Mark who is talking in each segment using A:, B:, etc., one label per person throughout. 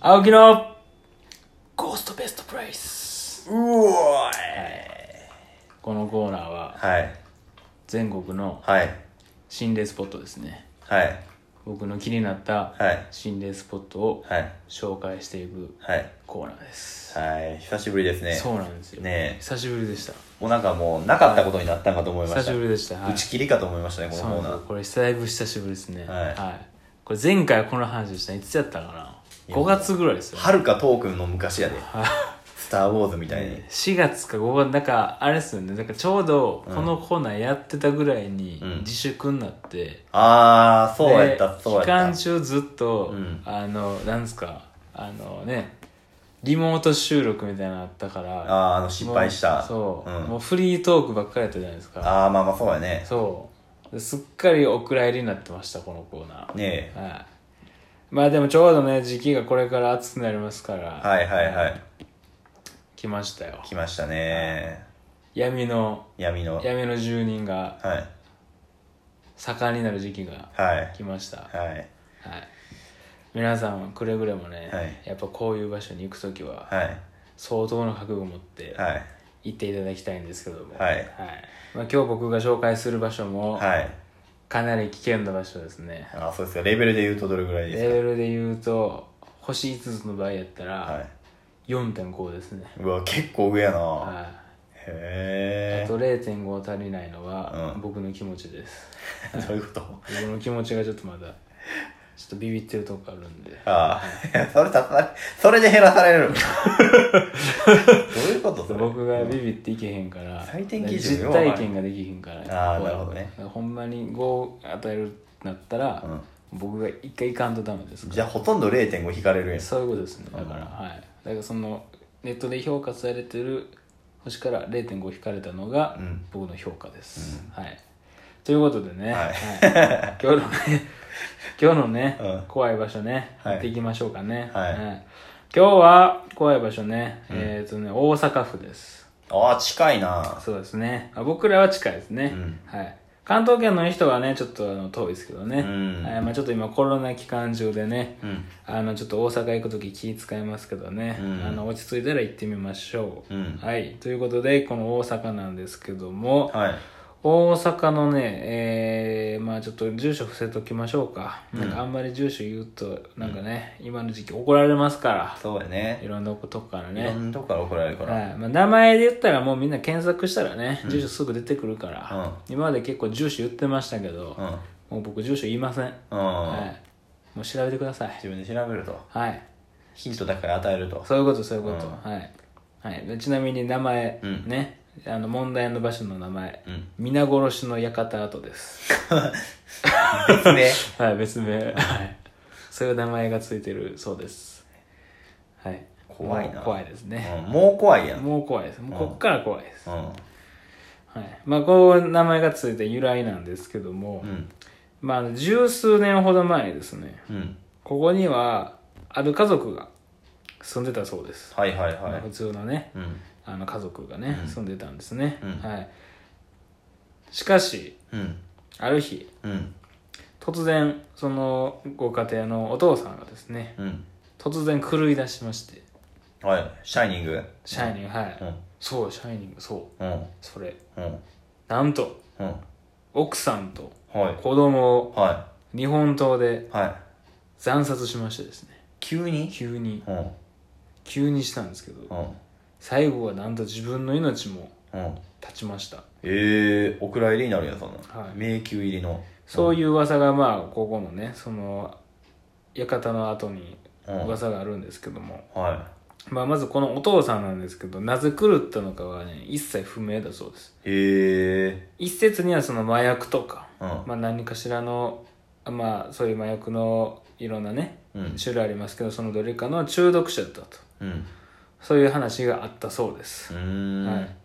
A: 青木のゴーストベストプレイス
B: うおー
A: このコーナーは
B: はい
A: 全国の
B: はい
A: 心霊スポットですね
B: はい
A: 僕の気になった
B: はい
A: 心霊スポットを
B: はい
A: 紹介していく
B: はい
A: コーナーです、
B: はい久しぶりですね
A: そうなんですよ
B: ねえ
A: 久しぶりでした
B: もうなんかもうなかったことになったんかと思いま
A: 久
B: した
A: しぶりでした、は
B: 打
A: い、
B: ち切りかと思いましたねこの
A: そう
B: コ
A: な
B: ー
A: んで
B: ナ
A: すよ
B: ー
A: これだいぶ久しぶりですね
B: はい
A: これ前回この話したのいつやったかない
B: や
A: 5月ぐらいですよね
B: はるか遠くの昔やで「スター・ウォーズ」みたいに
A: 4月か5月なんかあれですよねなんかちょうどこのコーナーやってたぐらいに
B: うん
A: 自粛になって、
B: ああそうやっ
A: で
B: たそうや
A: 期
B: った
A: 間中ずっと、
B: うん
A: あのなんですかあのねリモート収録みたいなのあったから
B: あーあの失敗した
A: もうそう、
B: ん
A: もうフリートークばっかりやったじゃないですか
B: ああまあまあそうやね
A: そうですっかりお蔵入りになってましたこのコーナー、
B: ね
A: はいまあでもちょうどね時期がこれから暑くなりますから、
B: えはいはいはい
A: 来ましたよ
B: 来ましたね
A: 闇の
B: 闇のはい
A: 闇の住人が
B: はい
A: 盛んになる時期が
B: はい
A: 来ました、はい
B: はい
A: 皆さんはくれぐれもね、
B: はい
A: やっぱこういう場所に行く時は
B: はい
A: 相当の覚悟を持って
B: はい
A: 行っていただきたいんですけども、
B: はい
A: まあ、今日僕が紹介する場所も
B: はい
A: かなり危険な場所ですね、
B: あーそうですかレベルで言うとどれぐらいです
A: レベルで言うと星5つの場合やった
B: かは
A: ら
B: い
A: 4.5ですね、
B: うわ結構上やな、
A: は
B: へ
A: い、あ
B: え
A: と0.5足りないのは
B: うん
A: 僕の気持ちです、
B: どういうこと
A: 僕の気持ちがちょっとまだちょっとビビってるとこあるんで
B: あ あそれささそれで減らされるどういうことそれ
A: 僕がビビっていけへんから
B: 採点基準
A: 実
B: よ
A: 体験ができへんから
B: あーなるほどね
A: だからほんまに5を与えるってなったら、僕が一回行かんとダメですか
B: じゃあほとんど0.5引かれるや
A: ら
B: ん
A: そういうことですねだから、はいだからそのネットで評価されてる星から0.5引かれたのが
B: うん
A: 僕の評価です、はいということでね、
B: はい
A: はい今日のね 今日のね、
B: うん
A: 怖い場所ね、
B: はい
A: 行っていきましょうかね、
B: はい
A: 今日は怖い場所ね、えっ、とね大阪府です
B: ああ近いな
A: そうですね。あ僕らは近いですね。
B: うん
A: はい。関東圏の人はね、ちょっとあの遠いですけどね。
B: うん
A: はいまあ、ちょっと今コロナ期間中でね、
B: うん
A: あのちょっと大阪行く時気使いますけどね、
B: うん
A: あの落ち着いたら行ってみましょう、
B: うん
A: はい。ということで、この大阪なんですけども、
B: はい
A: 大阪のね、えー、まあちょっと住所伏せときましょうか。なんかあんまり住所言うと、なんかね、今の時期怒られますから、
B: そうや
A: い
B: ね
A: ろんなことから
B: い
A: ね。
B: ろんなとこから怒られるから
A: はいまあ、名前で言ったらもうみんな検索したらね、住所すぐ出てくるから、
B: う
A: 今まで結構住所言ってましたけど、
B: うん
A: もう僕住所言いません、
B: うん、
A: はい、もう調べてください
B: 自分で調べると
A: はい
B: ヒントだから与えると
A: そういうことそういうこと、
B: う
A: はい、はい、でちなみに名前、
B: うん
A: ねあの問題の場所の名前、
B: うん
A: 皆殺しの館跡です、
B: 別名
A: はい、別名はいそういう名前がついてるそうですはい
B: 怖いな
A: もう怖いですね、
B: うんもう怖いやん
A: もう怖いですもうこっから怖いです、
B: うん
A: はい、まあこう名前がついた由来なんですけども、
B: うん
A: まあ十数年ほど前にですね
B: うん
A: ここにはある家族が住んでたそうです、
B: はいはい
A: ま
B: は
A: あ普
B: い
A: 通のね
B: うん
A: あの家族がね、住んでたんですね、
B: うん
A: はい、しかし
B: うん
A: ある日
B: うん
A: 突然そのご家庭のお父さんがですね
B: うん
A: 突然狂い出しまして
B: はいシャイニング
A: 「シャイニング」はい、
B: うん
A: そう「シャイニング」そう
B: うん
A: それ
B: うん
A: なんと
B: うん
A: 奥さんと
B: はい
A: 子供を
B: は
A: 日本刀で
B: いはい
A: 惨殺しましてですね
B: 急に
A: 急に
B: うんうん
A: 急にしたんですけど最後はなんと自分の命も
B: うん
A: 絶ちました
B: ええお蔵入りになるやんそんな、
A: はい
B: 迷宮入りの
A: そういう噂がまあここのねその館の後に
B: うん
A: 噂があるんですけども、
B: は
A: まあ、まずこのお父さんなんですけどなぜ狂ったのかはね一切不明だそうです
B: いへえ
A: 一説にはその麻薬とか、
B: うん
A: まあ、何かしらのまあそういう麻薬のいろんなね
B: うん
A: 種類ありますけどそのどれかの中毒者だったと
B: うん
A: そういう話があったそうです
B: うーん
A: はい、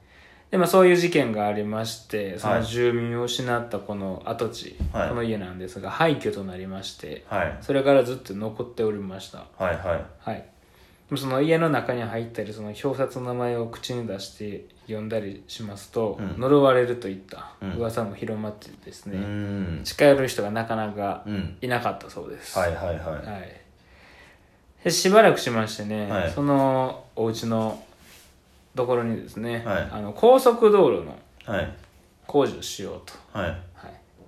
A: でまあそういう事件がありましてそ
B: は
A: の
B: い
A: 住民を失ったこの跡地、
B: はい
A: この家なんですが廃墟となりまして
B: はい
A: それからずっと残っておりました
B: はいはい
A: はいその家の中に入ったりその表札の名前を口に出して呼んだりしますと、
B: うん
A: 呪われるといった
B: うん
A: 噂も広まってです
B: う
A: ね、
B: ーん
A: 近寄る人がなかなか
B: うん
A: いなかったそうです、
B: はいはいはい
A: はいでしばらくしましてね、
B: はい
A: そのお家のところにですね、
B: はい
A: あの高速道路の
B: はい。
A: 工事をしようと、
B: はい。
A: はい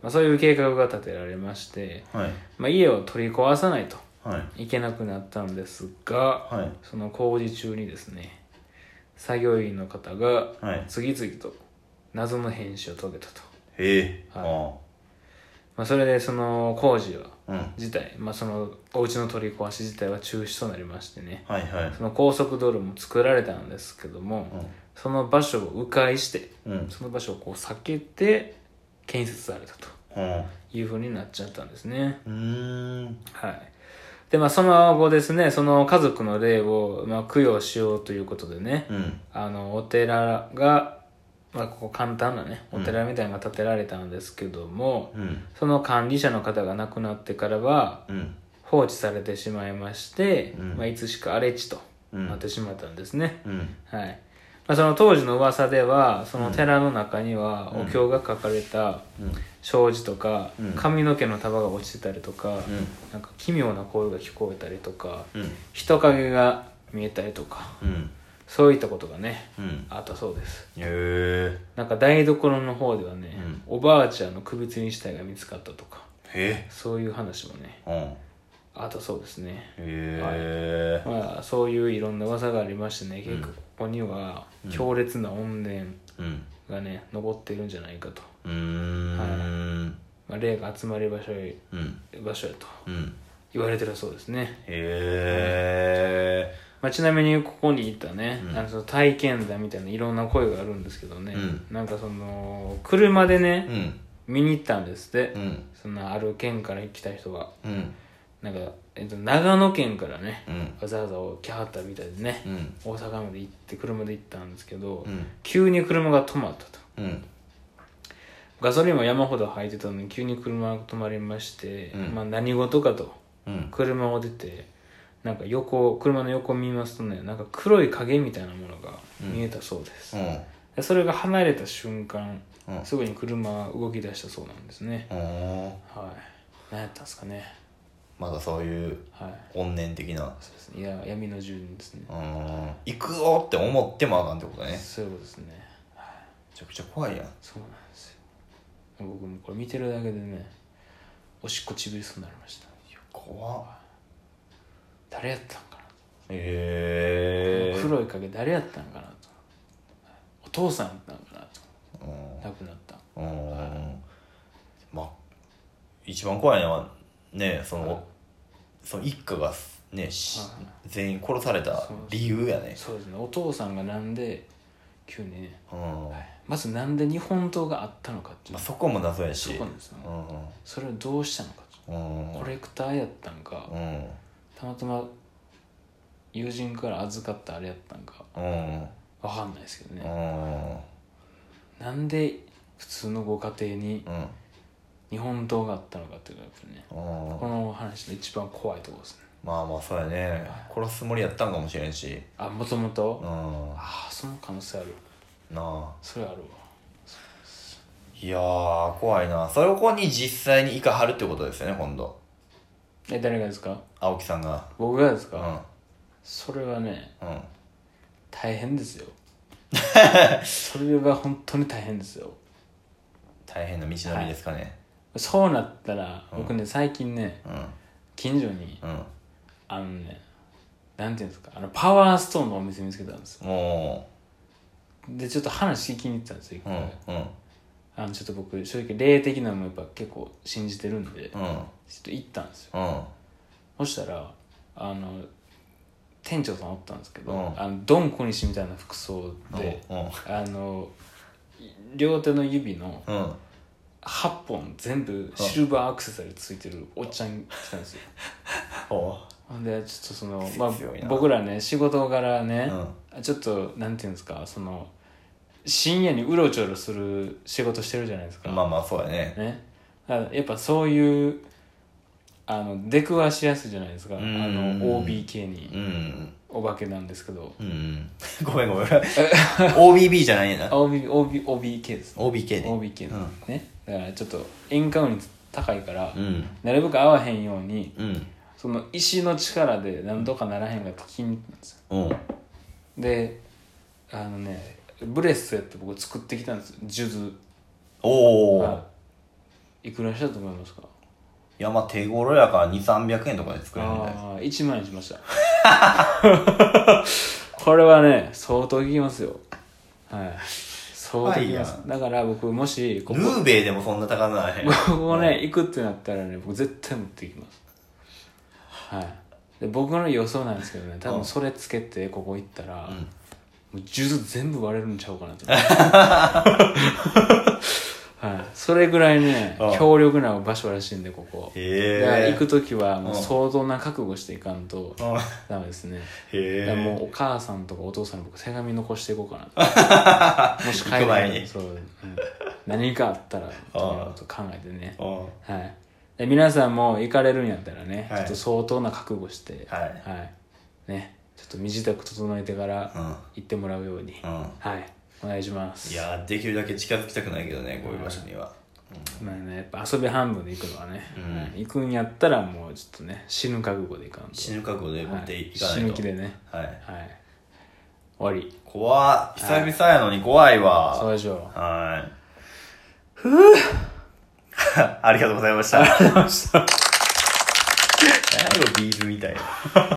A: まあ、そういう計画が立てられまして、
B: はい。
A: まあ、家を取り壊さないと
B: はい。
A: いけなくなったんですが、
B: はい。
A: その工事中にですね作業員の方が
B: はい。
A: 次々と謎の変死を遂げたと、
B: へえ。あ
A: はいまあ、それでその工事は
B: あ。うん。
A: 自体、まあ、そのお家の取り壊し自体は中止となりましてね
B: はいはい。
A: その高速道路も作られたんですけども、その場所を迂回して
B: うん。うん。
A: その場所をこう避けて建設されたと
B: うん。
A: いうふうになっちゃったんですね
B: うーん。
A: はいでまあその後ですねその家族の霊を、まあ、供養しようということでね、
B: うん。
A: あのお寺が、まあ、ここ簡単なねお寺みたいなのが建てられたんですけども、
B: うん。
A: その管理者の方が亡くなってからは
B: うん。
A: 放置されてしまいまして、
B: うん
A: まあ、いつしか荒れ地と
B: うん
A: なってしまったんですね、
B: うん。
A: はい、まあ、その当時の噂ではその寺の中にはお経が書かれた
B: うん。
A: 障子とか、
B: うん
A: 髪の毛の束が落ちてたりとか、
B: うん
A: なんか奇妙な声が聞こえたりとか、
B: うん。
A: 人影が見えたりとか
B: うん。
A: そういったことがね
B: うん。
A: あったそうです
B: へえ。
A: なんか台所の方ではね、おばあちゃんの首吊り死体が見つかったとか
B: へ
A: そういう話もね
B: え。うん。へ
A: あったそうですね
B: え。
A: まあそういういろんな噂がありましてね結構ここには強烈な怨念
B: うん。
A: がね残っているんじゃないかと、
B: うーん。
A: まあ、霊が集まる場所へ
B: うん。
A: 場所やと
B: うん。
A: 言われてるそうですね、
B: へえ。
A: まあ、ちなみにここに行ったね、あのその体験談みたいないろんな声があるんですけどね、
B: うん
A: なんかその車でね
B: う、ん。
A: 見に行ったんですって、
B: うん。
A: そのある県から来た人が
B: うん。
A: なんか、えっと、長野県からね、
B: うん。
A: わざわざ来はったみたいでね、
B: うん。
A: 大阪まで行って車で行ったんですけど、
B: うん。
A: 急に車が止まったと
B: うん。
A: ガソリンも山ほど入ってたのに急に車が止まりまして、
B: うん
A: まあ、何事かと
B: うん。
A: 車を出てなんか横車の横を見ますとねなんか黒い影みたいなものが見えたそうです、
B: うん。
A: でそれが離れた瞬間
B: うん
A: すぐに車が動き出したそうなんですね、
B: うん。
A: はい何やったんですかね
B: まだそういう
A: はい
B: 怨念的な。
A: そうですねいや闇の住人ですね
B: うーん。行くよって思ってもあかんってことね。め
A: そういうことですね
B: ちゃくちゃ怖いやん。
A: そうなんですよ僕もこれ見てるだけでねおしっこちびりそうになりました
B: 怖っ。
A: 誰やったんかな
B: へえ。
A: 黒い影誰やったんかなとお父さんやったんかな
B: うん
A: と亡くなった
B: うん。まあ、一番怖いのは、ね、そ
A: はい
B: の、その一家が、ね、し
A: は
B: 全員殺された理由やね。
A: そうですねお父さんがなんで急にね
B: うん。
A: まずなんで日本刀があったのかっていう
B: まあ、そこも謎や
A: そ
B: し。
A: こなんですよね
B: う
A: それをどうしたのかと
B: ん。うん
A: コレクターやったんか
B: うん。
A: たまたま友人から預かったあれやったんか
B: うん。
A: わかんないですけど
B: う
A: ね
B: ん。
A: なんで普通のご家庭に
B: うん。
A: 日本刀があったのかっていうのがやっぱりね
B: うん
A: この話の一番怖いところですね
B: まあまあそうやね殺すつもりやったんかもしれんし
A: あもとも
B: うん
A: と
B: な
A: ああその可能性ある
B: あ
A: それあるわ
B: いやー怖いなそれをここに実際にイカ張るってことですよね今度
A: え誰がですか
B: 青木さんが
A: 僕がです
B: う
A: か、
B: ん
A: それはね
B: うん
A: 大変ですよそれは本当に大変ですよ
B: 大変な道のりですかね、
A: そうなったら僕ね最近ね近所に
B: うんうん
A: あのねなんていうんですかあのパワーストーンのお店見つけたんですよ
B: も
A: でちょっと話聞きに行ったんですよ一
B: ううん
A: 回、
B: うん
A: あのちょっと僕正直霊的なのもやっぱ結構信じてるんで、ち
B: う
A: ょっ
B: ん
A: と行ったんですよ
B: うん
A: そしたらあの店長さんおったんですけど、
B: うん
A: あのドン小西みたいな服装で、
B: うん
A: あのい両手の指の
B: うんうん
A: 8本全部シルバーアクセサリーついてるおっちゃん来たんです よ
B: お
A: ほんでちょっとその、ま
B: 強い
A: あ、
B: な
A: 僕らね仕事柄ね、
B: う
A: ちょっとなんていうんですかその深夜にうろちょろする仕事してるじゃないですか、
B: まあまあそうやね
A: ね、だからやっぱそういうあの出くわしやすいじゃないですかあ
B: ん
A: の OB 系に。
B: うん
A: お化けなんですけど
B: うん ごめんご めん OBB じゃないんやな
A: OB OB OBK ですね
B: OBK ね
A: OBK
B: うん
A: ねだからちょっとエンカウント高いから
B: うん
A: なるべく合わへんように
B: うん
A: その石の力で何とかならへんかって筋肉なんですよ
B: うん。
A: であのねブレスやって僕作ってきたんです数珠
B: おお、
A: はいいくらしたと思いますか
B: い、やまあ手頃やから2300円とかで作れるみたいです
A: ああ1万円しました これはね相当効きますよはい相当効きま
B: やば
A: すだから僕もしここ
B: ヌーベイでもそんな高くな い
A: ここね行くってなったらね僕絶対持っていきますはいで僕の予想なんですけどね多分それつけてここ行ったら、もう数珠全部割れるんちゃうかなと思って、はい、それぐらいね
B: うん
A: 強力な場所らしいんでここだから
B: へ
A: 行
B: え
A: く時はもううん相当な覚悟していかんと
B: うんへ
A: ダメですねだからもう
B: え
A: お母さんとかお父さんに僕手紙残していこうかな ともし帰
B: 行く前
A: る
B: に
A: そう、うん何かあったらと考えてね
B: うんは
A: はい、で皆さんも行かれるんやったらね、
B: はい
A: ちょっと相当な覚悟して、
B: い
A: ね、ちょっと身支度整えてから
B: うん
A: 行ってもらうように、
B: うん
A: はいお願いします
B: いやーできるだけ近づきたくないけどねこういう場所には
A: まあね、やっぱ遊び半分で行くのはね、
B: うん
A: はい行くんやったらもうちょっとね死ぬ覚悟で行かんと
B: 死ぬ覚悟で持っていか
A: は
B: ない
A: 死
B: い
A: ぬ
B: と
A: 気でね
B: はい
A: はい終わり
B: 怖っ久々やのに怖い
A: そ
B: わ
A: うでしょう
B: はい ふ ぅありがとうございました最後ビーズみたいな